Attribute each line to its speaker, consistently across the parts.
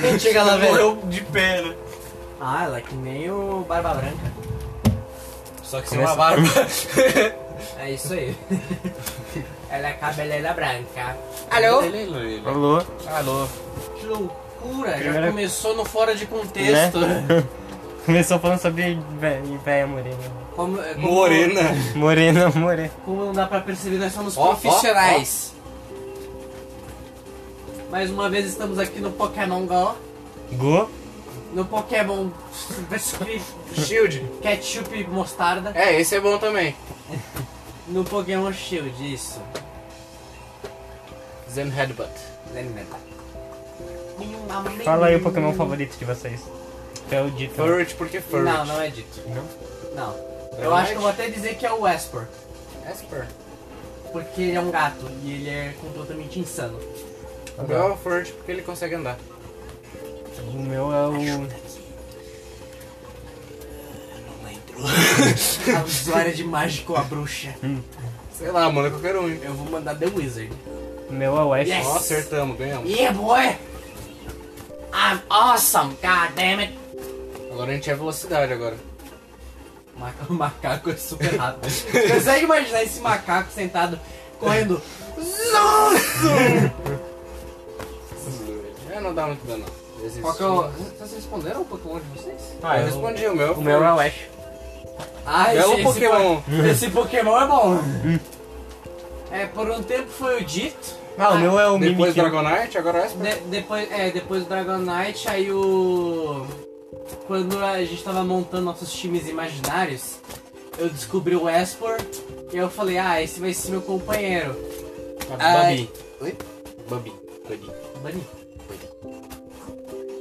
Speaker 1: Quem chega
Speaker 2: Tá
Speaker 1: lá, velho?
Speaker 3: Morreu de pé, né?
Speaker 1: Ah, ela é que nem o Barba Branca.
Speaker 3: Só
Speaker 2: Começa-
Speaker 3: que sem uma barba.
Speaker 1: É isso aí. ela é cabeleira branca.
Speaker 3: Alô?
Speaker 2: Alô?
Speaker 3: Alô.
Speaker 1: Que loucura,
Speaker 2: Primeira-
Speaker 1: já começou no fora de contexto.
Speaker 2: Né? Começou falando sobre vé- véia morena.
Speaker 1: Como, é, como-
Speaker 3: Morena.
Speaker 2: Morena, morena.
Speaker 1: Como não dá pra perceber, nós somos
Speaker 3: Ó, ó,
Speaker 1: profissionais. Mais uma vez estamos aqui no Pokémon Go.
Speaker 2: Go?
Speaker 1: No Pokémon
Speaker 3: Shield.
Speaker 1: Ketchup e Mostarda.
Speaker 3: É, esse é bom também.
Speaker 1: No Pokémon Shield, isso.
Speaker 3: Zen Headbutt.
Speaker 2: Fala aí o Pokémon favorito de vocês. Que é o Dito.
Speaker 3: Furret porque Furret.
Speaker 1: Não, não é dito.
Speaker 2: Não?
Speaker 1: Não.
Speaker 3: É
Speaker 1: Eu acho
Speaker 3: verdade?
Speaker 1: que eu vou até dizer que é o Esper.
Speaker 3: Esper.
Speaker 1: Porque ele é um gato e ele é completamente insano.
Speaker 3: O meu é o Furret porque ele consegue andar.
Speaker 2: O meu é o.
Speaker 1: A usuária de mágico, a bruxa.
Speaker 3: Sei lá, mano, qualquer um.
Speaker 1: Eu vou mandar The Wizard.
Speaker 2: O meu é o Ash.
Speaker 1: Yes.
Speaker 3: Ó, acertamos, ganhamos.
Speaker 1: Yeah, boy! I'm awesome, god damn it!
Speaker 3: Agora a gente é velocidade agora.
Speaker 1: Maca- O macaco é super rápido. Você Consegue imaginar esse macaco sentado correndo?
Speaker 3: É, não dá muito dano. não. Desisto.
Speaker 1: Qual que é o... Vocês responderam o Pokémon de vocês?
Speaker 2: Ah,
Speaker 3: Eu
Speaker 2: eu-
Speaker 3: respondi o meu.
Speaker 2: O meu é o Ash.
Speaker 1: Ah,
Speaker 3: Belo Pokémon.
Speaker 1: po- Esse Pokémon é bom. É, por um tempo foi o Dito.
Speaker 2: Ah, o meu é o
Speaker 3: Depois
Speaker 2: Mimikyu.
Speaker 3: Dragonite, agora Esper.
Speaker 1: De- depois, é, depois do Dragonite, aí o. Quando a gente tava montando nossos times imaginários, eu descobri o Espor e eu falei, ah, esse vai ser meu companheiro. Ai.
Speaker 3: Babi. Tá Oi? Babi. Babi.
Speaker 1: Bani.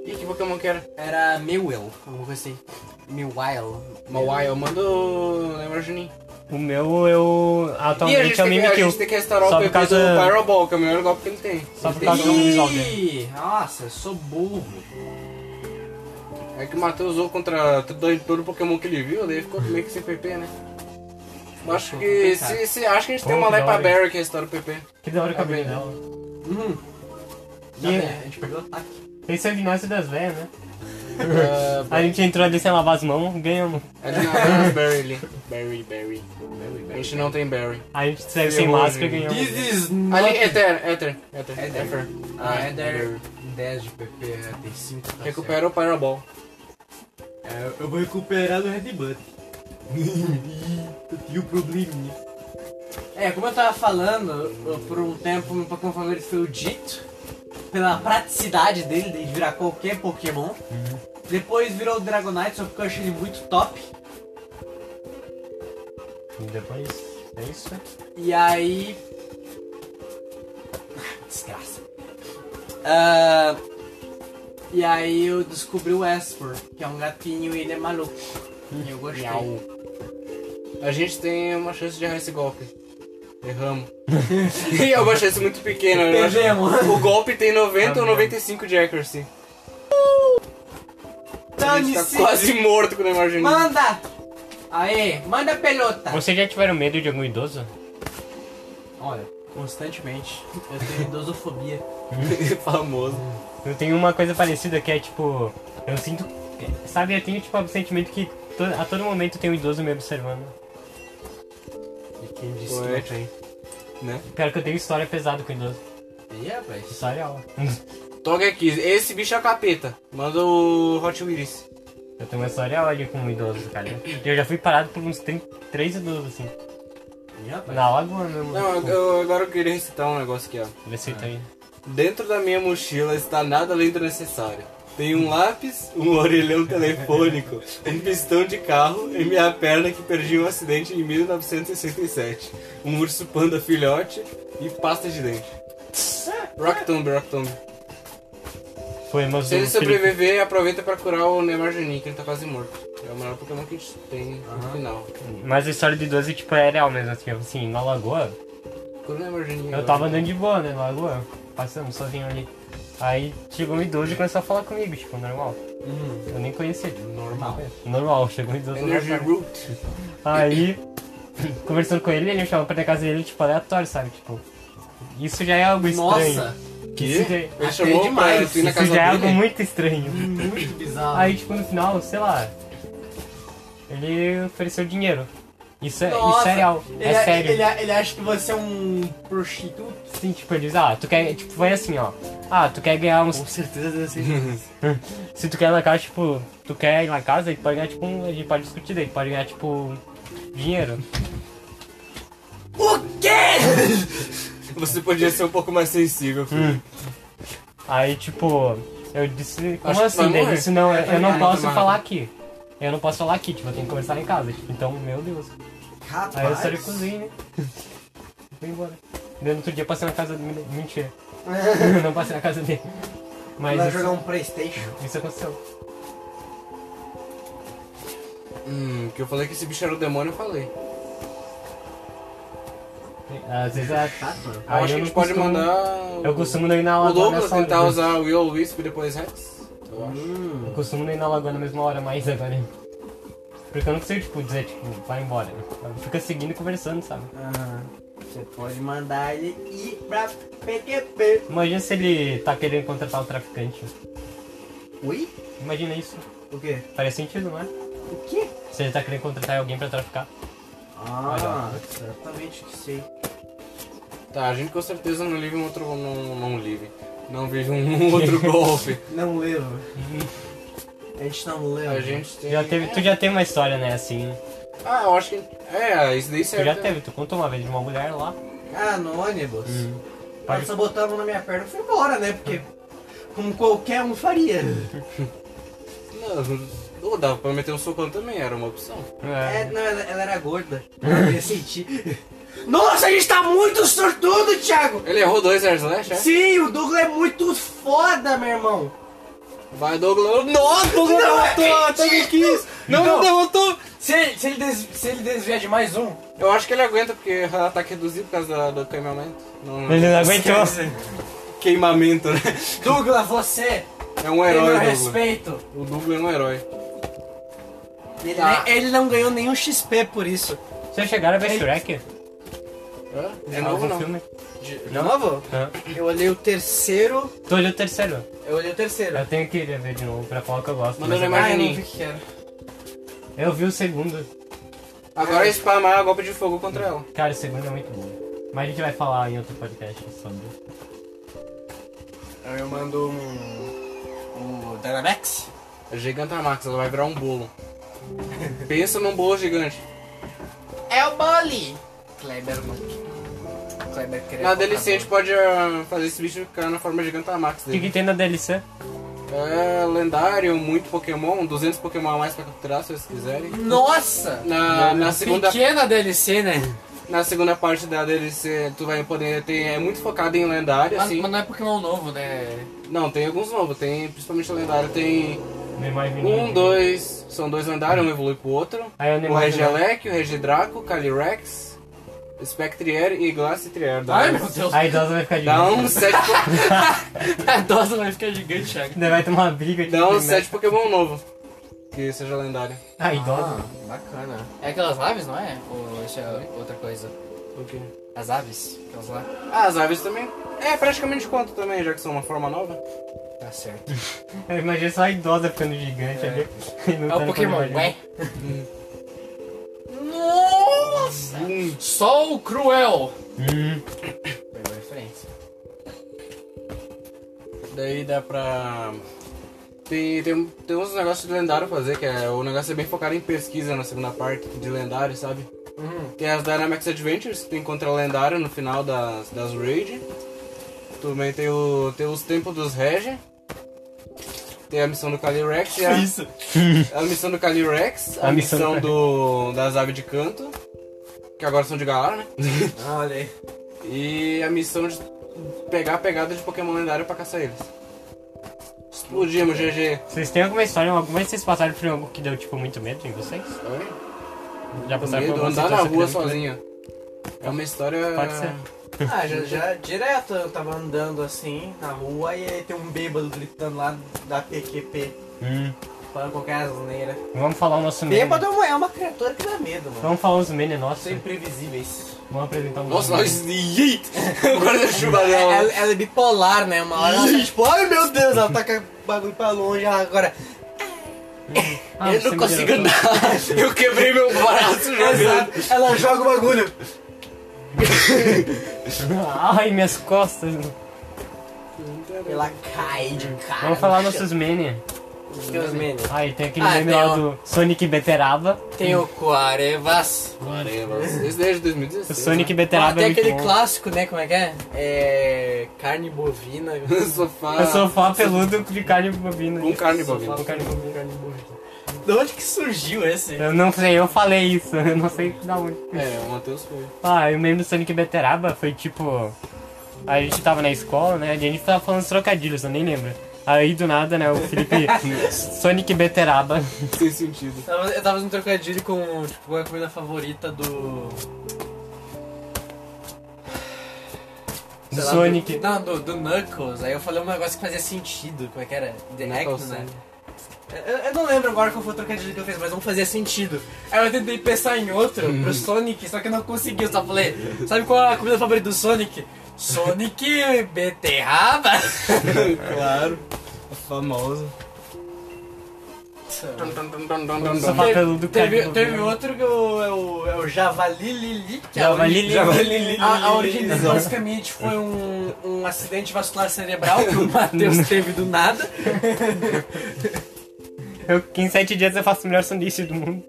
Speaker 3: Ih, que Pokémon que era?
Speaker 1: Era Mewil, alguma coisa assim. Mewile.
Speaker 3: Mawai, eu mando. Lembra, Juninho?
Speaker 2: O meu é o.
Speaker 3: Ih, a gente,
Speaker 2: Atualmente é o
Speaker 3: tem que, a gente
Speaker 2: Mimikyu.
Speaker 3: tem que restaurar
Speaker 2: Só
Speaker 3: o
Speaker 2: por
Speaker 3: PP
Speaker 2: causa-
Speaker 3: do Fireball, que é o melhor golpe que ele tem.
Speaker 2: Só
Speaker 3: Ele
Speaker 2: por
Speaker 3: tem
Speaker 1: Tá
Speaker 2: causa-
Speaker 3: um.
Speaker 2: Vamos resolver.
Speaker 1: Ih, nossa, eu sou burro.
Speaker 3: É que o Matheus usou contra todo, todo Pokémon que ele viu, daí ficou meio que sem PP, né? Eu acho que.
Speaker 1: Complicado.
Speaker 3: Se, se- acho que a gente tem
Speaker 2: Pô,
Speaker 3: uma
Speaker 2: que da
Speaker 3: Lepa
Speaker 2: hora.
Speaker 3: Berry que restaura o PP.
Speaker 2: Que da hora o
Speaker 3: Tá
Speaker 2: cabelo
Speaker 3: bem.
Speaker 2: dela.
Speaker 1: Hum. Já
Speaker 2: E-
Speaker 1: bem, Tá a gente perdeu o ataque.
Speaker 2: Esse é o gnóstico das velhas, né?
Speaker 3: Ah,
Speaker 2: A gente entrou ali sem lavar as mãos, ganhamos.
Speaker 3: é de nada, Berry ali. Berry, Berry. A gente não tem Berry.
Speaker 2: A gente saiu
Speaker 3: Sim,
Speaker 2: sem
Speaker 3: hoje.
Speaker 2: máscara e ganhamos.
Speaker 1: This is
Speaker 3: Ali,
Speaker 1: not...
Speaker 3: Ether, Ether, Ether.
Speaker 1: Ether.
Speaker 3: Ether.
Speaker 1: Ah, é
Speaker 3: Ether.
Speaker 1: der 10 de PP, é, tem 5. Tá
Speaker 3: Recupera o Fireball.
Speaker 1: É, eu vou recuperar do Red Bull. eu tenho um probleminha. É, como eu tava falando, eu- por um tempo meu Pokémon favorito foi o Dito. Pela praticidade dele de virar qualquer Pokémon. Depois virou o Dragonite, só porque eu achei ele muito top.
Speaker 2: Depois. É isso?
Speaker 1: E aí. Ah, Desgraça. Ah, e aí eu descobri o Espor, que é um gatinho e ele é maluco. E eu gostei.
Speaker 3: Miau. A gente tem uma chance de errar esse golpe. Erramos. e é uma chance muito pequena. eu acho.
Speaker 1: Perdemos.
Speaker 3: O golpe tem
Speaker 2: Tá
Speaker 3: 90 ou 95 de accuracy. A gente tá
Speaker 1: Dane-se.
Speaker 3: quase morto com o Neymar Juninho.
Speaker 1: Manda! Aê, manda pelota!
Speaker 2: Vocês já tiveram medo de algum idoso?
Speaker 1: Olha, constantemente eu tenho idosofobia.
Speaker 3: Famoso.
Speaker 2: Eu tenho uma coisa parecida que é tipo. Eu sinto. Sabe, eu tenho tipo o sentimento que to- a todo momento tem um idoso me observando.
Speaker 1: E quem disse
Speaker 3: Ué.
Speaker 1: que não
Speaker 3: Né?
Speaker 2: Pior que eu tenho história pesada com idoso.
Speaker 1: tem? Ih, rapaz.
Speaker 2: História aula.
Speaker 3: Toga aqui. Esse bicho é o capeta. Manda o Hot Wheels.
Speaker 2: Eu tenho uma história ali com um idoso, cara. E eu já fui parado por uns 30, três idosos assim.
Speaker 1: Ih, rapaz.
Speaker 2: Na lagoa mesmo. tipo,
Speaker 3: Não, eu, eu- agora eu queria recitar um negócio aqui, ó.
Speaker 2: Vê se tá aí.
Speaker 3: Dentro da minha mochila está nada além do necessário. Tem um lápis, um orelhão telefônico, um pistão de carro e minha perna que perdi em um acidente em 1967. Um urso panda filhote e pasta de dente. Rock Tomb, Rock Tomb.
Speaker 2: Foi, mas
Speaker 3: Se ele
Speaker 2: o Felipe-
Speaker 3: sobreviver, aproveita pra curar o Neymar Juninho, que ele tá quase morto. É o melhor Pokémon que a gente tem no final.
Speaker 2: Mas a história do idoso tipo, é real mesmo, assim, assim, na lagoa.
Speaker 3: Cura o Neymar Juninho.
Speaker 2: Eu
Speaker 3: agora.
Speaker 2: tava andando de boa, né, na lagoa. Passamos sozinho ali. Aí chegou um idoso e começou a falar comigo, tipo, normal.
Speaker 3: Uhum.
Speaker 1: Hum,
Speaker 2: Eu nem conhecia ele.
Speaker 1: normal.
Speaker 2: Normal, chegou um idoso.
Speaker 3: Energy
Speaker 2: normal.
Speaker 3: Root.
Speaker 2: Aí, conversando com ele, ele me chamou pra ir na casa dele, tipo, aleatório, sabe? Tipo, Isso já é algo estranho.
Speaker 1: Nossa,
Speaker 2: Isso já, é
Speaker 3: Ele
Speaker 1: Até
Speaker 3: chamou o pai
Speaker 1: demais.
Speaker 3: assim na
Speaker 2: isso
Speaker 3: casa
Speaker 2: já é algo
Speaker 3: dele.
Speaker 2: muito estranho.
Speaker 1: muito bizarro.
Speaker 2: Aí, tipo, no final, sei lá. Ele ofereceu dinheiro. Isso é, isso
Speaker 1: Nossa,
Speaker 2: é real.
Speaker 1: ele,
Speaker 2: É sério.
Speaker 1: Ele, é- ele acha que você é um prostituto.
Speaker 2: Sim, tipo, ele diz, ah, tu quer. Tipo, foi assim, ó. Ah, tu quer ganhar uns.
Speaker 1: certeza deve ser.
Speaker 2: Se tu quer ir na casa, tipo, tu quer ir na casa, ele pode ganhar, tipo, um, a gente pode discutir daí, pode ganhar, tipo, dinheiro.
Speaker 1: O quê?
Speaker 3: Você podia ser um pouco mais sensível, filho.
Speaker 2: Aí, tipo, eu disse, como
Speaker 3: Acho que
Speaker 2: assim?
Speaker 3: vai
Speaker 2: Daí
Speaker 3: morrer. É,
Speaker 2: disse, não, eu, eu não
Speaker 1: vai
Speaker 2: posso
Speaker 3: tomar.
Speaker 2: falar aqui. Eu não posso falar aqui, tipo, eu tenho que conversar lá em casa. Tipo, então, meu Deus. Aí eu
Speaker 1: Rapaz.
Speaker 2: saí da cozinha, né? Fui embora. Daí no outro dia eu passei na casa dele. Mentira. não passei na casa dele. Mas
Speaker 1: Vai
Speaker 2: isso, é
Speaker 1: jogar um Playstation.
Speaker 2: isso aconteceu.
Speaker 3: Hum, que eu falei que esse bicho era o demônio, eu falei.
Speaker 2: Às vezes é.
Speaker 1: Chato.
Speaker 3: Eu
Speaker 2: Aí
Speaker 3: Então, acho que
Speaker 2: eu
Speaker 3: a
Speaker 2: não
Speaker 3: gente pode
Speaker 2: costumo-
Speaker 3: mandar. o-
Speaker 2: Eu costumo não ir na
Speaker 3: O
Speaker 2: lagoa
Speaker 3: Douglas
Speaker 2: nessa hora. né?
Speaker 3: tentar usar o Will Wisp e depois Rex. Eu acho.
Speaker 1: Hum.
Speaker 2: Eu costumo não ir na lagoa na mesma hora, mas agora. Porque eu não consigo, tipo, dizer, tipo, vai embora. Fica seguindo e conversando, sabe?
Speaker 1: Aham. Você pode mandar ele ir pra PQP.
Speaker 2: Imagina se ele tá querendo contratar o traficante.
Speaker 1: Ui?
Speaker 2: Imagina isso.
Speaker 1: O quê?
Speaker 2: Faz sentido, não é?
Speaker 1: O quê?
Speaker 2: Se ele tá querendo contratar alguém pra traficar.
Speaker 1: Ah, certamente que sei.
Speaker 3: Tá, a gente com certeza não live um outro. Não, não live. Não vive um outro golpe.
Speaker 1: Não leva. A gente não leva.
Speaker 3: A gente tem.
Speaker 2: Já teve, tu já teve uma história, né, assim.
Speaker 3: Ah, eu acho que. É, isso daí
Speaker 2: Tu
Speaker 3: serve.
Speaker 2: já teve, tu contou uma vez de uma mulher lá.
Speaker 1: Ah, no ônibus.
Speaker 2: Hum. Pode-
Speaker 1: Elas só botaram na minha perna e fui embora, né? Porque como qualquer um faria.
Speaker 3: Não, ou dava pra meter um socão também, era uma opção.
Speaker 1: É, não, ela, ela era gorda. Eu ia sentir. Nossa, a gente tá muito sortudo, Thiago!
Speaker 3: Ele errou dois air slash, é?
Speaker 1: Sim, o Douglas é muito foda, meu irmão!
Speaker 3: Vai, Douglas. Nossa, Douglas
Speaker 1: Não,
Speaker 3: derrotou!
Speaker 1: é
Speaker 3: Até que quis! Não, não
Speaker 1: Não.
Speaker 3: derrotou!
Speaker 1: Se ele, se, ele des- se ele desviar de mais um,
Speaker 3: Eu acho que ele aguenta, porque ataque reduzido por causa da- do queimamento. Não,
Speaker 2: Ele não aguentou.
Speaker 1: é-
Speaker 3: Queimamento, né?
Speaker 1: Douglas, você
Speaker 3: É um
Speaker 1: tem meu
Speaker 3: herói, Douglas.
Speaker 1: respeito.
Speaker 3: O Douglas é um herói.
Speaker 1: Ele,
Speaker 3: Tá.
Speaker 1: ele não ganhou nenhum XP por isso.
Speaker 2: Vocês chegaram a ver Shrek?
Speaker 1: Ah,
Speaker 3: É novo,
Speaker 2: Algum
Speaker 3: não.
Speaker 2: filme?
Speaker 3: De-
Speaker 1: De novo?
Speaker 2: Hã?
Speaker 1: Eu olhei o terceiro.
Speaker 2: Tu olhou o terceiro.
Speaker 1: Eu olhei o terceiro.
Speaker 2: Eu tenho que ver de novo pra falar que eu gosto.
Speaker 3: Manda
Speaker 2: mas
Speaker 3: no
Speaker 1: Ah, eu
Speaker 3: imagininho.
Speaker 1: não vi o que que era.
Speaker 2: eu, eu vi o segundo.
Speaker 3: Agora é spamar golpe de fogo contra ela.
Speaker 2: Cara, o segundo é muito bom. Mas a gente vai falar em outro podcast sobre.
Speaker 1: Eu mando um. O Dynamax?
Speaker 3: É A Gigantamax, ela vai virar um bolo. Pensa num bolo gigante.
Speaker 1: É o Boli! Kleber Monk. Kleber queria.
Speaker 3: Na DLC a gente pode ah, fazer esse bicho ficar na forma Gigantamax
Speaker 2: O que, que
Speaker 3: dele.
Speaker 2: tem na DLC?
Speaker 3: É lendário, muito Pokémon, 200 Pokémon a mais pra capturar se vocês quiserem.
Speaker 1: tipo, Nossa!
Speaker 3: Na, na, segunda,
Speaker 1: Pequena DLC, né?
Speaker 3: na segunda parte da DLC, tu vai poder ter. É muito focado em lendário,
Speaker 4: Mas,
Speaker 3: assim.
Speaker 4: mas não é
Speaker 1: um
Speaker 4: Pokémon novo, né?
Speaker 3: Não, tem alguns novos, tem principalmente lendário. Tem
Speaker 2: No Imagine.
Speaker 3: um, dois. São dois lendários, um evolui pro outro.
Speaker 2: Aí eu não
Speaker 3: O
Speaker 2: imagino.
Speaker 3: Regelec, o Regidraco, Calyrex, Spectrier e Glacitrier. Dá
Speaker 4: Ai
Speaker 3: uns-
Speaker 4: meu Deus,
Speaker 2: Aí Dosa vai ficar de
Speaker 3: Dá um- uns sete, po-
Speaker 4: a
Speaker 1: É
Speaker 4: dose vai ficar gigante, Thiago.
Speaker 2: Ainda vai ter uma briga de
Speaker 3: dá uns
Speaker 2: primeiro.
Speaker 3: sete Pokémon novo. Que seja lendário.
Speaker 2: Ah, idosa.
Speaker 4: bacana. É aquelas aves, não é? Ou isso é outra coisa? As aves? Aquelas lá?
Speaker 3: Ah, as aves também. É, praticamente conta também, já que são uma forma nova.
Speaker 4: Tá certo.
Speaker 2: Eu imagino só a idosa ficando gigante ali.
Speaker 4: É o Pokémon, ué. Nossa!
Speaker 3: Bum.
Speaker 4: Sol Cruel!
Speaker 2: Hum,
Speaker 4: Pegou a referência.
Speaker 3: Daí dá pra. Tem, tem, tem uns negócios de lendário pra fazer, que é o negócio é bem focado em pesquisa na segunda parte de lendário, sabe? Tem as Dynamax Adventures, que tu encontra lendário no final das, das Raid. Também tem, o, tem os Tempos dos Regi. Tem a missão do Calyrex. e a-
Speaker 4: Isso.
Speaker 3: A missão do Calyrex, a,
Speaker 2: A missão
Speaker 3: missão,
Speaker 2: do
Speaker 3: do, das aves de canto, que agora são de Galar, né?
Speaker 1: Ah, olha aí.
Speaker 3: E a missão de pegar a pegada de Pokémon lendário pra caçar eles. Explodimos, GG.
Speaker 2: Vocês têm alguma história, alguma vez vocês passaram por algo que deu, tipo, muito medo em vocês?
Speaker 3: Oi?
Speaker 2: Já passaram por
Speaker 3: Medo,
Speaker 2: alguma
Speaker 3: andar na
Speaker 2: situação que
Speaker 3: rua
Speaker 2: deu muito medo?
Speaker 3: sozinha. É uma história.
Speaker 2: Pode ser.
Speaker 1: Ah, já, já direto eu tava andando assim na rua e aí tem um bêbado gritando lá da PQP.
Speaker 2: Hum,
Speaker 1: Falando qualquer asneira.
Speaker 2: Vamos falar o nosso meme.
Speaker 1: Bêbado é uma- é uma criatura que dá medo, mano.
Speaker 2: Vamos falar os memes nossos.
Speaker 1: São imprevisíveis.
Speaker 2: Vamos apresentar um
Speaker 3: Nossa, nós. Yeet! O guarda-chuva
Speaker 1: Ela,
Speaker 3: dela.
Speaker 1: ela- ela é bipolar, né? Uma hora ela tá tipo, ai meu Deus, ela taca bagulho pra longe, ela agora.
Speaker 2: Ah,
Speaker 3: Eu
Speaker 2: você
Speaker 3: não
Speaker 2: me
Speaker 3: consigo
Speaker 2: derrotou.
Speaker 3: andar. Eu quebrei meu braço
Speaker 1: é
Speaker 3: jogando.
Speaker 1: Ela joga o bagulho.
Speaker 2: Ai, minhas costas.
Speaker 1: Ela cai de um cara.
Speaker 2: Vamos falar né? nossos mania.
Speaker 1: Tem os memes.
Speaker 2: Ai, tem aquele
Speaker 1: Ah,
Speaker 2: meme
Speaker 1: tem
Speaker 2: lá
Speaker 1: o-
Speaker 3: um-
Speaker 2: do Sonic Beteraba.
Speaker 1: Tem o Quarevas.
Speaker 3: Caramba, vocês desde 2016.
Speaker 2: O Sonic
Speaker 1: Ah,
Speaker 2: Beteraba
Speaker 1: tem
Speaker 2: é
Speaker 1: aquele
Speaker 2: muito bom.
Speaker 1: clássico, né? Como é que é? É. Carne bovina.
Speaker 3: né? Sofá.
Speaker 2: Eu sou fã peludo de carne bovina.
Speaker 3: Com carne bovina.
Speaker 2: Com carne bovina.
Speaker 1: Carne bovina. De onde que surgiu esse?
Speaker 2: Eu não sei, eu falei isso, eu não sei da onde.
Speaker 3: É, o Matheus foi.
Speaker 2: Ah, eu lembro do Sonic Beteraba, foi tipo. A gente tava na escola, né? A gente tava falando os trocadilhos, eu nem lembro. Aí do nada, né? O Felipe. Sonic Beteraba.
Speaker 3: Sem sentido.
Speaker 1: Eu tava- Eu tava fazendo um trocadilho com tipo, qual é a comida favorita do.
Speaker 2: Do
Speaker 1: sei lá,
Speaker 2: Sonic.
Speaker 1: do- não, do, do Knuckles. Aí eu falei um negócio que fazia sentido. Como é que era? The Act,
Speaker 3: Knuckles,
Speaker 1: né? Eu, eu não lembro agora qual foi o trocadilho que eu fiz, mas não fazia sentido. Aí eu tentei pensar em outro
Speaker 2: Uhum.
Speaker 1: pro Sonic, só que eu não consegui. Eu só falei, sabe qual é a comida favorita do Sonic? Sonic beterraba?
Speaker 3: claro. A famosa.
Speaker 1: Então,
Speaker 2: Só fala peludo
Speaker 1: Teve,
Speaker 2: carne
Speaker 1: teve
Speaker 2: bovina.
Speaker 1: outro que é o, é o, é o Javali Lili. que é a
Speaker 2: Javali
Speaker 1: origem-
Speaker 2: Lili.
Speaker 1: A, a origem dele basicamente foi um, um acidente vascular cerebral que o Matheus teve do nada.
Speaker 2: Eu, que em sete dias eu faço o melhor sanduíche do mundo.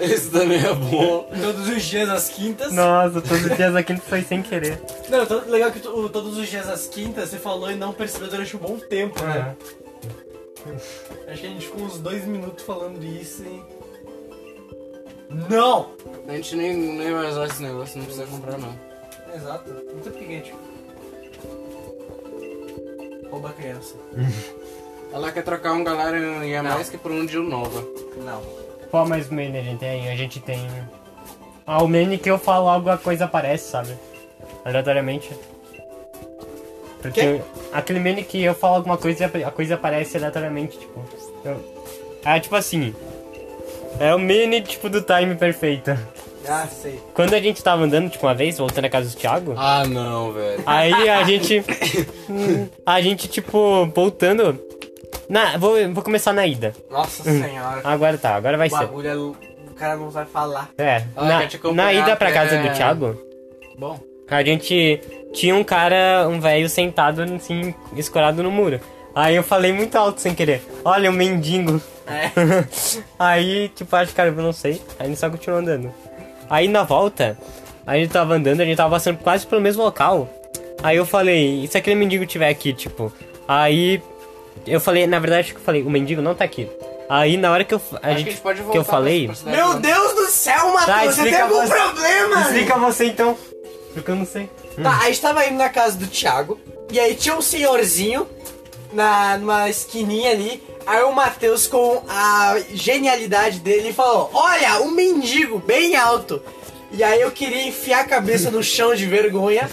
Speaker 3: Esse também é bom.
Speaker 1: Todos os dias às quintas.
Speaker 2: Nossa, todos os dias aqui foi sem querer.
Speaker 1: Não, to- legal que tu- o todos os dias às quintas você falou e não percebeu durante um bom tempo, né? Acho que a gente ficou uns dois minutos falando isso e. Não!
Speaker 3: A gente nem, nem vai usar esse negócio, não precisa comprar não.
Speaker 1: Exato. Muito pigante. Rouba a criança.
Speaker 3: Ela quer trocar um Galarian e a mais que por um Jill Nova.
Speaker 1: Não.
Speaker 2: Qual mais meme a gente tem? A gente tem. Ah, o meme que eu falo alguma coisa aparece, sabe? Aleatoriamente. Porque
Speaker 1: Quê?
Speaker 2: aquele meme que eu falo alguma coisa e a coisa aparece aleatoriamente, tipo. Eu... É tipo assim. É o meme tipo do time perfeito.
Speaker 1: Ah, sei.
Speaker 2: Quando a gente tava andando, tipo, uma vez, voltando a casa do Thiago,
Speaker 3: Ah não, velho.
Speaker 2: aí a gente. Hum, a gente, tipo, voltando. Na, vou, vou começar na ida.
Speaker 1: Nossa senhora.
Speaker 2: Agora tá, agora Hum. vai
Speaker 1: O
Speaker 2: ser.
Speaker 1: bagulho é lu- o cara não vai falar.
Speaker 2: É,
Speaker 3: Ela
Speaker 2: na,
Speaker 3: Ah, quer te acompanhar é.
Speaker 2: na ida pra casa
Speaker 3: até-
Speaker 2: do Thiago,
Speaker 3: Bom.
Speaker 2: a gente tinha um cara, um velho sentado assim, escorado no muro. Aí eu falei muito alto sem querer, olha um mendigo.
Speaker 1: É.
Speaker 2: Aí, tipo, acho que cara, eu não sei. Aí a gente só continuou andando. Aí na volta, a gente tava andando, a gente tava passando quase pelo mesmo local. Aí eu falei, e se aquele mendigo tiver aqui, tipo? Aí eu falei, na verdade acho que eu falei, o mendigo não tá aqui. Aí na hora que eu, a
Speaker 3: Acho
Speaker 2: gente,
Speaker 3: que a gente pode voltar
Speaker 2: que eu
Speaker 3: pra-
Speaker 2: falei,
Speaker 3: pra cidade
Speaker 1: Meu
Speaker 3: grande.
Speaker 1: Deus do céu,
Speaker 2: Tá,
Speaker 1: Matheus, você tem
Speaker 2: explica
Speaker 1: algum
Speaker 2: você.
Speaker 1: problema?
Speaker 2: Explica você então. Porque eu não sei.
Speaker 1: Tá, a gente tava indo na casa do Thiago, e aí tinha um senhorzinho na, numa esquininha ali. Aí o Matheus, com a genialidade dele, falou: Olha, um mendigo bem alto. E aí eu queria enfiar a cabeça no chão de vergonha.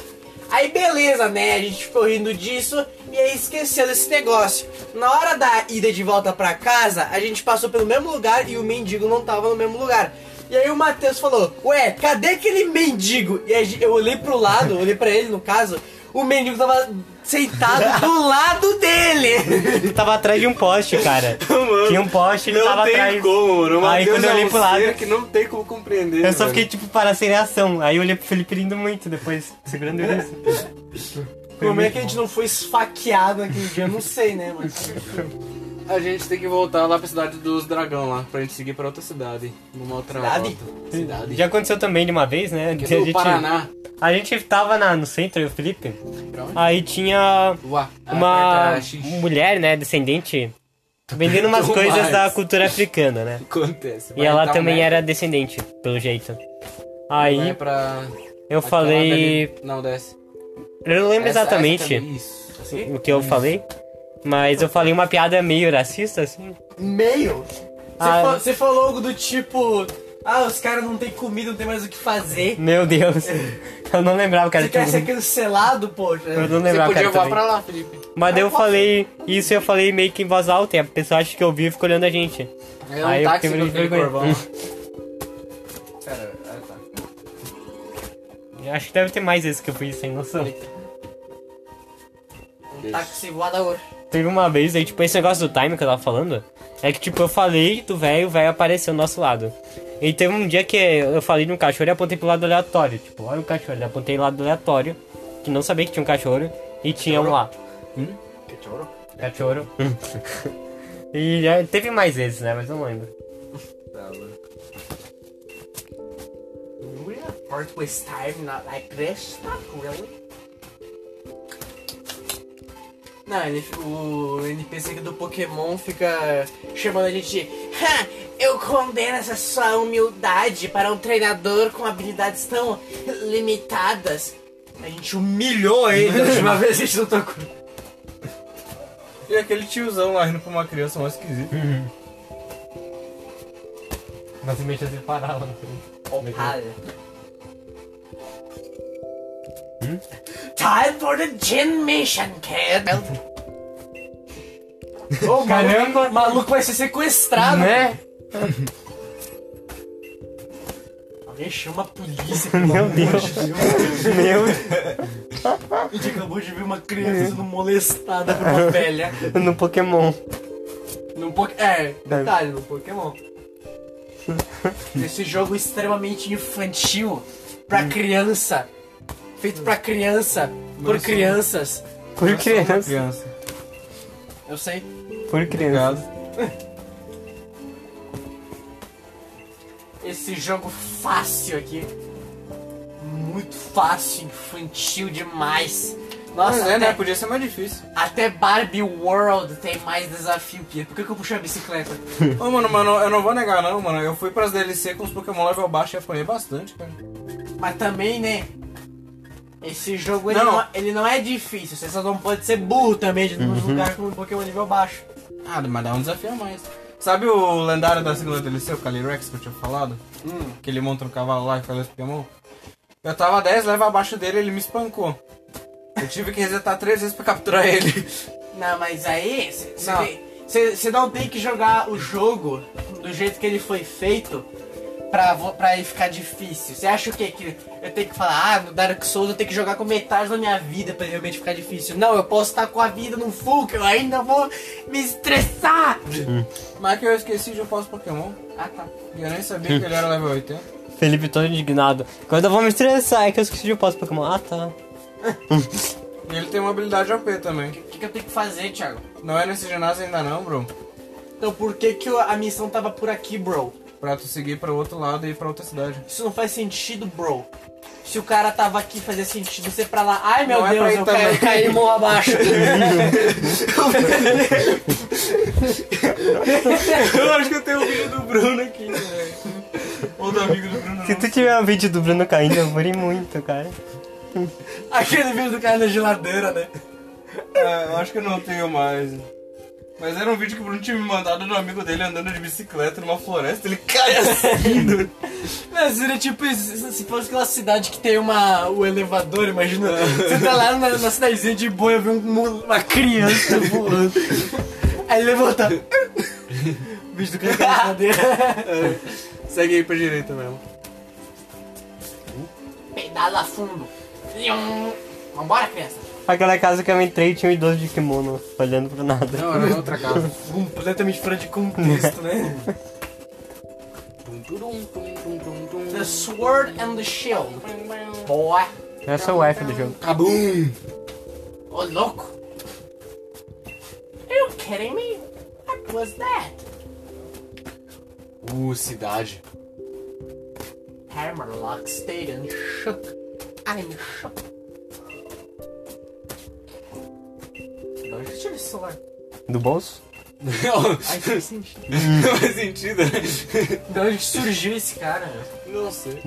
Speaker 1: Aí beleza, né? A gente ficou rindo disso e aí esqueceu desse negócio. Na hora da ida de volta pra casa, a gente passou pelo mesmo lugar e o mendigo não tava no mesmo lugar. E aí o Matheus falou, ué, cadê aquele mendigo? E aí ge- eu olhei pro lado, olhei pra ele no caso, o mendigo tava sentado do lado dele.
Speaker 2: Ele tava atrás de um poste, cara. Tinha um poste, ele
Speaker 3: Não
Speaker 2: tava
Speaker 3: tem
Speaker 2: atrás.
Speaker 3: como, mano. O
Speaker 2: Aí
Speaker 3: Matheus
Speaker 2: quando eu
Speaker 3: é
Speaker 2: olhei
Speaker 3: um
Speaker 2: pro lado-
Speaker 3: ser que não tem como compreender.
Speaker 2: Eu só
Speaker 3: velho.
Speaker 2: fiquei tipo para sem reação. Aí eu olhei pro Felipe rindo muito depois, segurando ele assim.
Speaker 1: Como é que a gente não foi esfaqueado naquele dia? Eu não sei, né, mano?
Speaker 3: A gente tem que voltar lá pra cidade dos dragão lá, pra gente seguir pra outra cidade. Numa outra
Speaker 1: Cidade?
Speaker 3: rota. Cidade.
Speaker 2: Já aconteceu também de uma vez, né?
Speaker 3: Que
Speaker 2: A
Speaker 3: é do
Speaker 2: gente,
Speaker 3: Paraná.
Speaker 2: a gente tava na- no centro, eu e o Felipe.
Speaker 3: Pra onde? Ah,
Speaker 2: Aí tinha
Speaker 3: Uá.
Speaker 2: uma
Speaker 3: Aperta X.
Speaker 2: mulher, né, descendente, vendendo umas
Speaker 3: Tomás.
Speaker 2: coisas da cultura africana, né?
Speaker 3: Acontece.
Speaker 2: E ela também era descendente, pelo jeito.
Speaker 3: Aí
Speaker 2: Aí
Speaker 3: pra...
Speaker 2: eu falei.
Speaker 3: Não, desce.
Speaker 2: Eu não lembro
Speaker 3: Essa- essa
Speaker 2: exatamente.
Speaker 3: também, isso. Assim?
Speaker 2: o que eu falei. Mas eu falei uma piada meio racista, assim.
Speaker 1: Meio?
Speaker 2: Ah.
Speaker 1: Você falou algo do tipo, ah, os caras não tem comida, não tem mais o que fazer.
Speaker 2: Meu Deus. Eu não lembrava que era
Speaker 1: Você quer ser
Speaker 2: tipo...
Speaker 1: cancelado, poxa?
Speaker 2: Eu não
Speaker 3: Você
Speaker 2: lembrava que
Speaker 3: podia
Speaker 2: era
Speaker 3: voar pra
Speaker 2: também.
Speaker 3: lá, Felipe.
Speaker 2: Mas daí eu falei isso eu falei meio que em voz alta. E a pessoa acha que eu vi e ficou olhando a gente.
Speaker 3: É um
Speaker 2: Aí eu
Speaker 3: táxi
Speaker 2: fiquei
Speaker 3: com
Speaker 2: meio
Speaker 3: aquele
Speaker 2: vergonha.
Speaker 3: corvão.
Speaker 1: Pera, ah, tá.
Speaker 2: Acho que deve ter mais vezes que eu fui sem noção.
Speaker 1: Um táxi voador.
Speaker 2: Teve uma vez aí, tipo, esse negócio do time que eu tava falando, é que, tipo, eu falei do velho, o velho apareceu do nosso lado. E teve um dia que eu falei de um cachorro e apontei pro lado aleatório. Tipo, olha o cachorro, eu apontei pro lado aleatório, que não sabia que tinha um cachorro, e tinha um lá. Cachorro. É e já teve mais vezes, né? Mas eu não lembro.
Speaker 1: We are part with time, not like this. Not really. Não, ele, o NPC do Pokémon fica chamando a gente de "Ha, Eu condeno essa sua humildade para um treinador com habilidades tão limitadas. A gente humilhou ele da última vez que a gente não tocou.
Speaker 3: E aquele tiozão lá rindo pra uma criança mais esquisito.
Speaker 2: Mas eu mexia sem parar lá. é
Speaker 1: Opala.
Speaker 2: Hum?
Speaker 1: Time for the gin mission, kid.
Speaker 5: Ô,
Speaker 2: Caramba.
Speaker 5: O maluco vai ser sequestrado.
Speaker 2: Né?
Speaker 1: Alguém chama a polícia.
Speaker 2: Meu Deus. Meu
Speaker 1: A gente acabou de ver uma criança sendo molestada por
Speaker 2: É.
Speaker 1: uma velha.
Speaker 2: No Pokémon.
Speaker 1: Num po... É, detalhe, no Pokémon. Esse jogo extremamente infantil
Speaker 2: Hum.
Speaker 1: pra criança. Feito pra criança, por
Speaker 3: Mas-
Speaker 1: crianças.
Speaker 2: Por
Speaker 3: Uma
Speaker 2: criança.
Speaker 3: criança.
Speaker 1: Eu sei.
Speaker 2: Por criança.
Speaker 1: Esse jogo fácil aqui. Muito fácil, infantil demais. Nossa,
Speaker 3: Mas é, né?
Speaker 1: até,
Speaker 3: Podia ser mais difícil.
Speaker 1: até Barbie World tem mais desafio que. Por que, que eu puxei a bicicleta?
Speaker 3: Ô, mano, mano, eu não vou negar, não, mano. Eu fui pras DLC com os Pokémon level baixo e apanhei bastante, cara.
Speaker 1: Mas também, né? Esse jogo ele
Speaker 3: Não.
Speaker 1: não. ele não é difícil, você só não pode ser burro também de uhum. lugar com um Pokémon nível baixo.
Speaker 3: Ah, mas dá um desafio a mais. Sabe o lendário da segunda DLC, o Calyrex, que eu tinha falado? Que ele monta um cavalo lá e faz os Pokémon? Eu tava 10 leva abaixo dele ele me espancou. Eu tive que resetar três vezes pra capturar ele.
Speaker 1: Não, mas aí você- você
Speaker 3: Não.
Speaker 1: tem- você você não tem que jogar o jogo do jeito que ele foi feito pra, vo- pra ele ficar difícil. Você acha o quê? Que eu tenho que falar, ah, no Dark Souls eu tenho que jogar com metade da minha vida pra ele realmente ficar difícil. Não, eu posso estar com a vida no full, que eu ainda vou me estressar.
Speaker 3: Mas é que eu esqueci de jogar os Pokémon.
Speaker 1: Ah, tá.
Speaker 3: E eu nem sabia que ele era level 80.
Speaker 2: Felipe todo indignado. Quando eu vou me estressar, é que eu esqueci de posso Pokémon. Ah, tá.
Speaker 3: E ele tem uma habilidade OP também.
Speaker 1: O que, que eu tenho que fazer, Thiago?
Speaker 3: Não é nesse ginásio ainda não, bro.
Speaker 1: Então por que, que a missão tava por aqui, bro?
Speaker 3: Pra tu seguir pro outro lado e ir pra outra cidade.
Speaker 1: Isso não faz sentido, bro. Se o cara tava aqui, fazia sentido você pra lá. Ai meu
Speaker 3: Não é
Speaker 1: Deus,
Speaker 3: pra ir
Speaker 1: eu caí,
Speaker 3: também.
Speaker 1: caí mão abaixo.
Speaker 3: Eu acho que eu tenho o vídeo do Bruno aqui, velho. Ou do amigo do Bruno.
Speaker 2: Se tu tiver um vídeo do Bruno caindo, eu vou rir muito, cara.
Speaker 1: Aquele vídeo do cara na geladeira, né?
Speaker 3: É, eu acho que eu não tenho mais. Mas era um vídeo que o Bruno tinha me mandado do amigo dele andando de bicicleta numa floresta, ele cai assim.
Speaker 1: Mas seria tipo isso, se fosse aquela cidade que tem uma, o elevador, imagina. Você tá lá na, na cidadezinha de boa, vê um, mo- uma criança voando. Aí ele levanta. O bicho do cara cai na geladeira.
Speaker 3: Segue aí pra direita mesmo.
Speaker 1: Pedala fundo. Ium. Vambora, criança.
Speaker 2: Aquela casa que eu entrei tinha um idoso de kimono, olhando pro nada.
Speaker 3: Não, era outra casa.
Speaker 1: Completamente fora de contexto, né? The Sword and the Shield. Boa.
Speaker 2: Essa é o F do jogo.
Speaker 3: Cabum!
Speaker 1: Ô, louco. Are you kidding me? What was that?
Speaker 3: Uh, cidade.
Speaker 1: Hammerlock stayed and shook. I'm shook. De onde que tira esse celular?
Speaker 2: Do bolso?
Speaker 1: Ai, que sentido.
Speaker 3: não faz sentido, né?
Speaker 1: De onde que surgiu esse cara? meu?
Speaker 3: Não sei.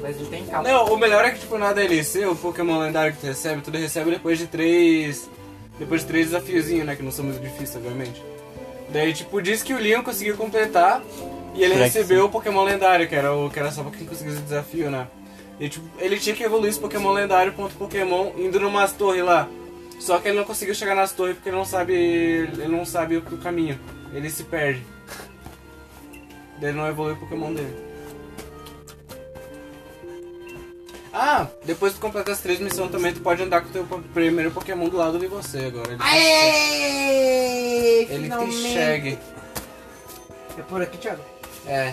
Speaker 1: Mas não tem calma.
Speaker 3: Não, o melhor é que, tipo, na DLC, o Pokémon lendário que tu recebe, tu recebe depois de três. Depois de três desafiozinhos, né? Que não são muito difíceis, obviamente. Daí, tipo, diz que o Leon conseguiu completar e ele
Speaker 2: Será que
Speaker 3: recebeu o Pokémon lendário, que era, o, que era só pra quem conseguisse o desafio, né? E, tipo, ele tinha que evoluir esse Pokémon lendário ponto Pokémon indo numas torres lá. Só que ele não conseguiu chegar nas torres porque ele não sabe. ele não sabe o caminho. Ele se perde. Daí ele não evoluiu o Pokémon dele. Ah, depois tu completar as três missões também, tu pode andar com o teu po- primeiro Pokémon do lado de você agora. Ele,
Speaker 1: Aê!
Speaker 3: ele te
Speaker 1: finalmente.
Speaker 3: enxerga.
Speaker 1: É por aqui, Thiago?
Speaker 3: É.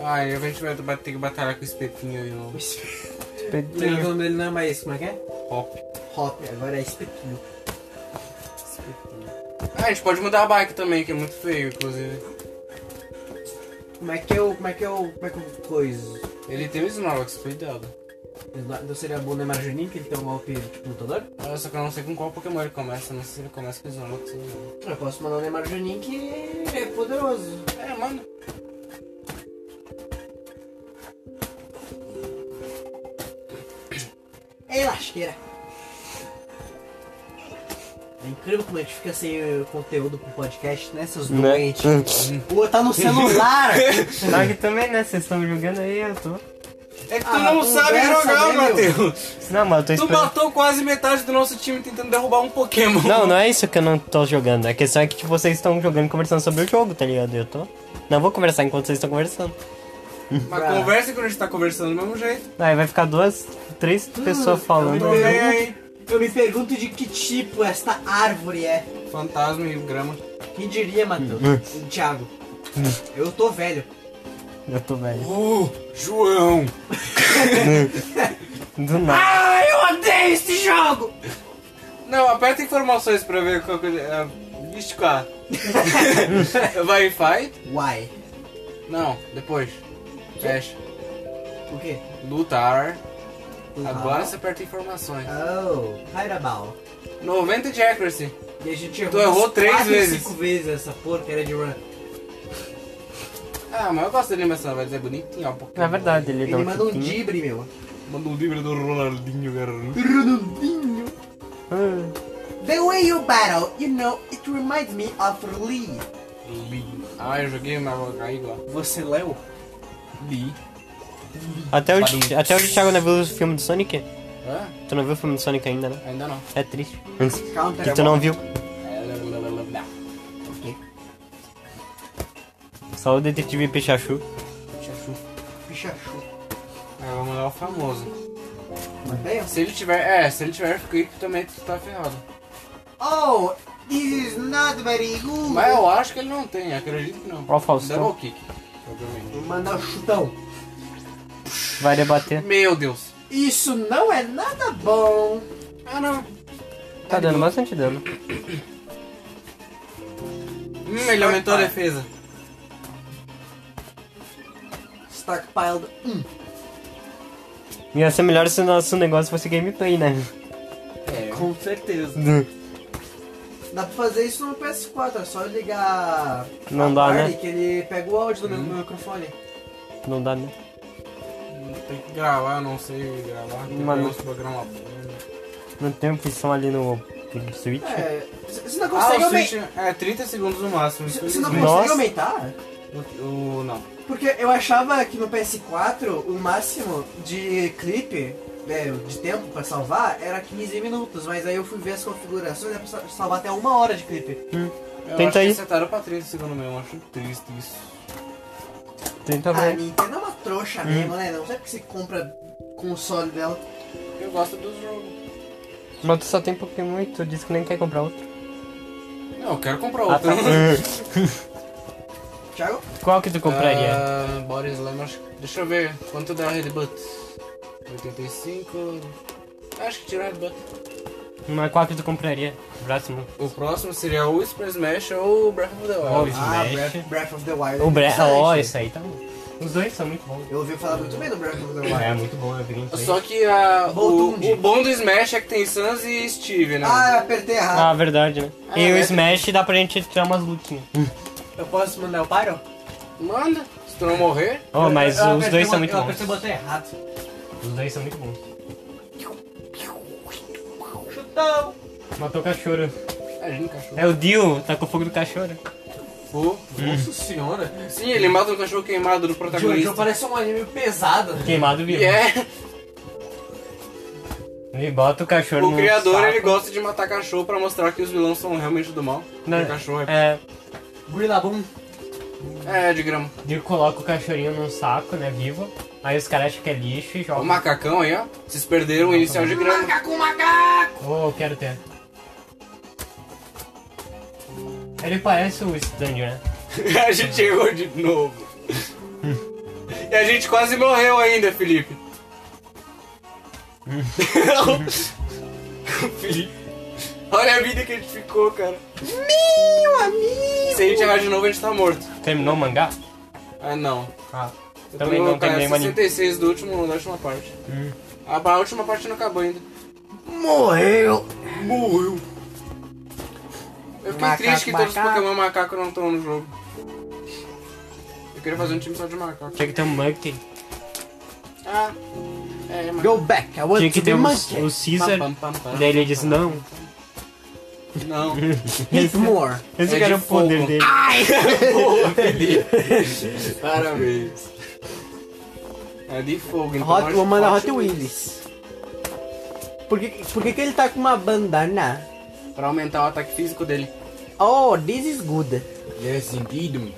Speaker 3: Ai, a gente vai bat- ter que batalhar com o espetinho aí no
Speaker 1: O nome dele não é mais, como é que é?
Speaker 3: hop.
Speaker 1: Hop, agora é espetinho.
Speaker 3: Ah, a gente pode mudar a bike também, que é muito feio, inclusive.
Speaker 1: Como é que eu. Como é que eu. Como é que eu. Coisa.
Speaker 3: Ele tem o Snorlax, cuidado.
Speaker 1: Não seria bom Neymar Juninho, que ele tem um golpe tipo lutador?
Speaker 3: Ah, só que eu não sei com qual Pokémon ele começa, não sei se ele começa com o Snorlax ou não.
Speaker 1: Eu posso mandar o Neymar Juninho, que ele é poderoso.
Speaker 3: É, mano.
Speaker 1: É lasqueira. É incrível como a gente fica sem eh, conteúdo pro podcast, né, seus
Speaker 2: Né?
Speaker 1: doentes? Pô, tá no celular!
Speaker 2: Tá aqui também, né? Vocês estão jogando aí, eu tô.
Speaker 3: É que tu
Speaker 1: Ah,
Speaker 3: não
Speaker 1: conversa,
Speaker 3: sabe jogar,
Speaker 1: né, meu?
Speaker 3: Matheus.
Speaker 2: Não, mas eu tô
Speaker 3: Tu
Speaker 2: esperando.
Speaker 3: matou quase metade do nosso time tentando derrubar um Pokémon.
Speaker 2: Não, não é isso que eu não tô jogando. A questão é que tipo, vocês estão jogando e conversando sobre o jogo, tá ligado? Eu tô. Não vou conversar enquanto vocês estão conversando.
Speaker 3: Mas
Speaker 1: Ah.
Speaker 3: conversa quando a gente tá conversando do mesmo jeito.
Speaker 2: Aí vai ficar duas, três pessoas falando.
Speaker 1: eu
Speaker 3: Tô
Speaker 1: Uhum.
Speaker 3: bem aí.
Speaker 1: Eu me pergunto de que tipo esta árvore é.
Speaker 3: Fantasma e grama.
Speaker 1: Quem diria, Matheus?
Speaker 2: Hum.
Speaker 1: O Thiago. Eu tô velho.
Speaker 2: Eu tô velho.
Speaker 3: Uh, João.
Speaker 2: Do nada.
Speaker 1: Ah, eu odeio esse jogo!
Speaker 3: Não, aperta informações pra ver qual que... é. Vixe, cara. Vai em fight?
Speaker 1: Why?
Speaker 3: Não, depois. Fecha.
Speaker 1: O quê?
Speaker 3: Lutar.
Speaker 1: Lutar.
Speaker 3: Agora você aperta informações.
Speaker 1: Oh, Pairabal.
Speaker 3: 90 de accuracy.
Speaker 1: E a gente errou,
Speaker 3: Tu Então errou
Speaker 1: umas
Speaker 3: três
Speaker 1: quatro,
Speaker 3: vezes.
Speaker 1: cinco vezes essa porcaria de run.
Speaker 3: Ah, mas eu gosto da animação, vai dizer bonitinho, ó. Pokémon.
Speaker 1: É
Speaker 2: Na verdade, ele,
Speaker 1: Ele
Speaker 2: dá um
Speaker 1: manda um
Speaker 2: chupinho.
Speaker 1: dibre, meu.
Speaker 3: Manda um livro do Ronaldinho Garoto.
Speaker 1: Ronaldinho.
Speaker 2: Ah,
Speaker 1: The way you battle, you know, it reminds me of Lee.
Speaker 3: Ah, eu joguei, mas vou cair igual.
Speaker 1: Você leu?
Speaker 3: Li.
Speaker 2: Até o,
Speaker 3: Barulho.
Speaker 2: até o Thiago não viu o filme do Sonic?
Speaker 3: Hã?
Speaker 2: Tu não viu o filme do Sonic ainda, né?
Speaker 3: Ainda não.
Speaker 2: É triste.
Speaker 1: Counter.
Speaker 2: Que tu não viu.
Speaker 1: Ok.
Speaker 2: Só o detetive Pichachu.
Speaker 3: Pichachu.
Speaker 1: Pichachu.
Speaker 3: Ah, vamos lá, o famoso.
Speaker 1: Mas bem,
Speaker 3: Se ele tiver, é, se ele tiver creep também tu tá ferrado.
Speaker 1: Oh, this is not very good.
Speaker 3: Mas
Speaker 2: é
Speaker 3: eu acho que ele não tem, acredito que não.
Speaker 2: Ó o Faustão.
Speaker 3: Double kick, provavelmente.
Speaker 1: Manda um chutão.
Speaker 2: Vai debater.
Speaker 3: Meu Deus.
Speaker 1: Isso não é nada bom.
Speaker 3: Ah, não.
Speaker 2: Tá dando bastante dano.
Speaker 3: Hum, ele aumentou a defesa.
Speaker 1: Stockpiled 1.
Speaker 2: Ia ser é melhor se o nosso negócio fosse gameplay, né?
Speaker 3: É.
Speaker 1: Com certeza. Dá pra fazer isso no PS4, é só ligar.
Speaker 2: Não
Speaker 1: a
Speaker 2: dá, né?
Speaker 1: party Que ele pega o áudio do meu microfone.
Speaker 2: Não dá, né?
Speaker 3: Tem que gravar, eu não sei gravar. Tem
Speaker 2: Mano.
Speaker 3: Mano. que programar. né?
Speaker 2: Não tem opção ali no Switch.
Speaker 1: É. c- Você não
Speaker 3: Ah,
Speaker 1: consegue
Speaker 3: o
Speaker 1: aumentar.
Speaker 3: Switch é 30 segundos no máximo,
Speaker 1: Você não
Speaker 3: infelizmente.
Speaker 2: Nossa.
Speaker 1: consegue aumentar?
Speaker 3: O- o- Não.
Speaker 1: Porque eu achava que no PS4 o máximo de clipe, né, de tempo pra salvar, era 15 minutos, mas aí eu fui ver as configurações e pra salvar até uma hora de clipe.
Speaker 3: Eu
Speaker 2: Tenta
Speaker 3: acho
Speaker 2: aí.
Speaker 3: que acertaram pra 30 segundos mesmo, acho triste isso.
Speaker 2: Tenta
Speaker 1: a
Speaker 2: ver.
Speaker 1: Nintendo é uma trouxa
Speaker 2: Hum.
Speaker 1: mesmo, né? Não sei porque se compra console dela.
Speaker 3: Eu gosto dos jogos.
Speaker 2: Mas tu só tem Pokémon e tu disse que nem quer comprar outro.
Speaker 3: Não, eu quero comprar
Speaker 2: Ah,
Speaker 3: outro.
Speaker 2: tá.
Speaker 1: Thiago?
Speaker 2: Qual que tu compraria?
Speaker 3: Ah, Body Slam, acho que- Deixa eu ver quanto dá headbutt. 85. Acho que tira headbutt.
Speaker 2: Mas qual que tu compraria? Próximo.
Speaker 3: O próximo seria ou Super Smash ou Breath of the
Speaker 2: Ou
Speaker 3: Wild.
Speaker 1: Ah,
Speaker 2: Smash.
Speaker 1: Breath, Breath of the Wild.
Speaker 2: O Bre...
Speaker 1: Interessante.
Speaker 2: Ó, isso aí tá bom. Os dois são muito bons.
Speaker 1: Eu ouvi falar muito bem do Breath of the Wild.
Speaker 2: É, muito bom, eu vi gameplay.
Speaker 3: Só que a,
Speaker 1: Voltund.
Speaker 3: o, o bom do Smash é que tem Sans e Steve, né?
Speaker 1: Ah, apertei errado.
Speaker 2: Ah, verdade, né?
Speaker 3: Ah,
Speaker 2: e o
Speaker 3: é.
Speaker 2: Smash dá pra gente tirar umas né? lutinhas.
Speaker 1: Eu posso mandar o Pyro? é.
Speaker 3: Manda, se tu não morrer.
Speaker 2: Oh, mas
Speaker 1: Eu- eu
Speaker 2: os
Speaker 1: apertei
Speaker 2: dois
Speaker 1: o-
Speaker 2: são muito
Speaker 1: Eu
Speaker 2: bons.
Speaker 1: apertei o botão Tá errado.
Speaker 2: Os dois são muito bons.
Speaker 1: Chutão!
Speaker 2: Matou o cachorro.
Speaker 3: A gente cachorro.
Speaker 2: É o Dio, tá com fogo do cachorro.
Speaker 3: Pô.
Speaker 5: Nossa senhora.
Speaker 3: Sim, ele mata um cachorro queimado do
Speaker 1: Jojo
Speaker 3: protagonista.
Speaker 1: parece um anime pesado.
Speaker 2: Queimado
Speaker 3: E
Speaker 2: vivo.
Speaker 3: é,
Speaker 2: Ele bota o cachorro
Speaker 3: o
Speaker 2: no
Speaker 3: criador
Speaker 2: saco.
Speaker 3: ele gosta de matar cachorro pra mostrar que os vilões são realmente do mal.
Speaker 2: Não,
Speaker 3: O cachorro é,
Speaker 2: É,
Speaker 1: Brilabum.
Speaker 3: é de grama.
Speaker 2: Ele coloca o cachorrinho num saco, né, vivo. Aí os caras acham que é lixo e
Speaker 3: O
Speaker 2: jogam.
Speaker 3: macacão aí, ó. Vocês perderam o inicial de grana.
Speaker 1: Macaco, macaco!
Speaker 2: Oh, eu quero ter. Ele parece o Stanley, né?
Speaker 3: a gente errou de novo. e a gente quase morreu ainda, Felipe. Felipe. Olha a vida que a gente ficou, cara.
Speaker 1: Meu amigo!
Speaker 3: Se a gente errar de novo, a gente tá morto.
Speaker 2: Terminou o mangá?
Speaker 3: Ah, não.
Speaker 2: Ah.
Speaker 3: Eu é
Speaker 2: Também não
Speaker 3: cara,
Speaker 2: terminei o anime.
Speaker 3: 66 do último, da última parte.
Speaker 2: Hum.
Speaker 3: A, a última parte não acabou ainda.
Speaker 1: Morreu!
Speaker 3: Morreu. Eu fiquei
Speaker 1: Macaco,
Speaker 3: triste que todos os
Speaker 1: macaco.
Speaker 3: Pokémon macaco não estão no jogo. Eu queria fazer um time só de macaco.
Speaker 2: Tinha que ter um Monkey.
Speaker 3: Ah, é,
Speaker 1: Go
Speaker 3: macaco.
Speaker 1: back, I want
Speaker 2: Tinha que
Speaker 1: to
Speaker 2: ter
Speaker 1: be
Speaker 2: o,
Speaker 1: monkey.
Speaker 2: o Caesar.
Speaker 3: Pam, pam, pam, pam.
Speaker 2: Daí ele disse não.
Speaker 3: Não.
Speaker 1: Eat more.
Speaker 2: Esse
Speaker 3: É
Speaker 2: que era
Speaker 3: de
Speaker 2: o poder
Speaker 3: fogo.
Speaker 2: dele.
Speaker 3: Boa, Felipe. Parabéns. É de fogo, então.
Speaker 1: Hot,
Speaker 3: acho-
Speaker 1: vou mandar
Speaker 3: acho
Speaker 1: Hot Wheels. Por que, por que que ele tá com uma bandana?
Speaker 3: Pra aumentar o ataque físico dele.
Speaker 1: Oh, this is good.
Speaker 3: Yes, indeed, me.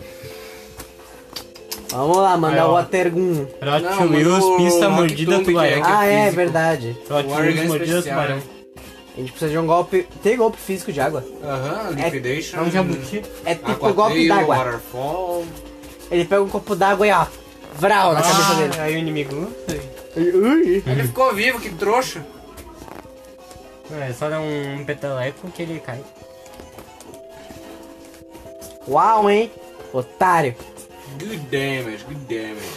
Speaker 1: Vamos lá, mandar
Speaker 2: Aí, ó.
Speaker 1: o Water Gun.
Speaker 2: Rot
Speaker 3: Não, mas o
Speaker 2: Wheels, pista
Speaker 3: Rock
Speaker 2: mordida
Speaker 3: Tomb que é-
Speaker 2: tubarão.
Speaker 1: Ah, é,
Speaker 3: físico.
Speaker 1: verdade.
Speaker 2: Rot
Speaker 3: o Argan
Speaker 2: Wheels mordida
Speaker 3: especial.
Speaker 2: tubarão.
Speaker 1: A gente precisa de um golpe. Tem golpe físico de água.
Speaker 3: Aham,
Speaker 1: É-
Speaker 3: liquidation.
Speaker 2: É um jabuti.
Speaker 1: É tipo
Speaker 3: Aqua
Speaker 1: golpe
Speaker 3: Tail,
Speaker 1: d'água.
Speaker 3: Waterfall.
Speaker 1: Ele pega um copo d'água e ó. Vral na cabeça dele.
Speaker 2: Aí o inimigo. Ah. ui.
Speaker 1: Ui.
Speaker 3: Ele ficou vivo, que trouxa.
Speaker 2: É só dar um peteleco que ele cai.
Speaker 1: Uau, hein? Otário.
Speaker 3: Good damage, good damage.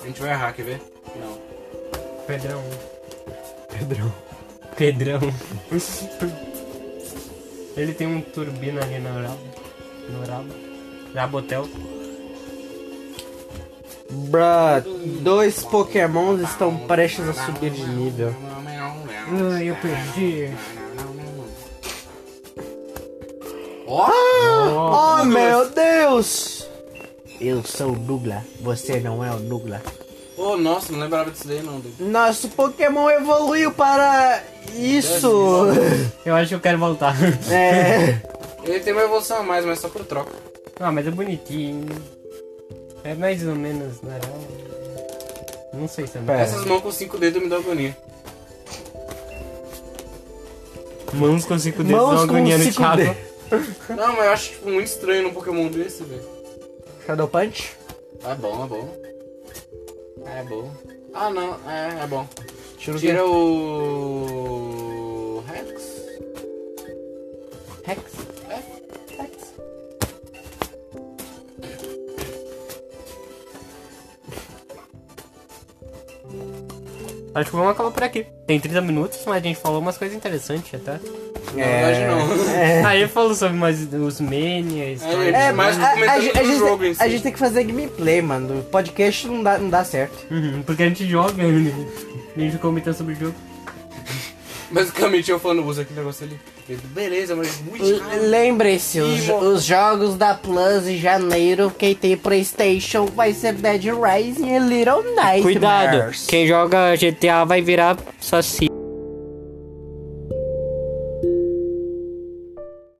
Speaker 3: A gente vai errar, quer ver? Não.
Speaker 2: Pedrão. Pedrão. Pedrão. ele tem um turbina ali no rabo. No rabo. Rabotel.
Speaker 1: Bruh, dois pokémons estão prestes a subir de nível.
Speaker 2: Ai, eu perdi.
Speaker 3: Ó,
Speaker 2: Oh,
Speaker 1: Oh, meu Deus! Eu sou o Nugla, você não é o Nugla.
Speaker 3: oh, nossa, não lembrava disso daí não. Dudu.
Speaker 1: Nosso Pokémon evoluiu para isso!
Speaker 2: Eu acho que eu quero voltar.
Speaker 1: é.
Speaker 3: Ele tem uma evolução a mais, mas só por troca.
Speaker 2: Ah, mas é bonitinho. É mais ou menos naranja. Não sei se é
Speaker 3: Essas mãos com cinco dedos me dão agonia.
Speaker 2: Mãos com cinco dedos
Speaker 1: Mãos
Speaker 2: não
Speaker 1: com
Speaker 2: agoniando
Speaker 1: cinco
Speaker 2: Thiago.
Speaker 1: dedos.
Speaker 3: Não, mas eu acho tipo, muito estranho num Pokémon desse, velho.
Speaker 1: Shadow Punch?
Speaker 3: É bom, é bom. É bom. Ah, não, é, é bom.
Speaker 1: Tira o
Speaker 3: Tira o. Rex?
Speaker 1: Rex?
Speaker 2: Acho que vamos acabar por aqui. Tem 30 minutos, mas a gente falou umas coisas interessantes até.
Speaker 3: Na verdade, não.
Speaker 1: É.
Speaker 2: Aí falou sobre mais os manias.
Speaker 3: É, ele-
Speaker 1: É, mas
Speaker 3: Mas
Speaker 1: a, a, a,
Speaker 3: comentando
Speaker 1: gente- a,
Speaker 3: do jogo em
Speaker 1: gente,
Speaker 3: si.
Speaker 1: a gente tem que fazer gameplay, mano. O podcast não dá, não dá certo.
Speaker 2: Uhum, Porque a gente joga ainda. A gente comenta sobre o jogo.
Speaker 3: Basicamente eu falando, usa aquele negócio ali. Beleza, mas muito
Speaker 1: L-
Speaker 3: caro.
Speaker 1: Lembre-se,
Speaker 3: Ih,
Speaker 1: os, jo-
Speaker 3: mano.
Speaker 1: os jogos da Plus em janeiro, quem tem Playstation vai ser Dead Rising e Little Nightmares.
Speaker 2: quem joga GTA vai virar saci.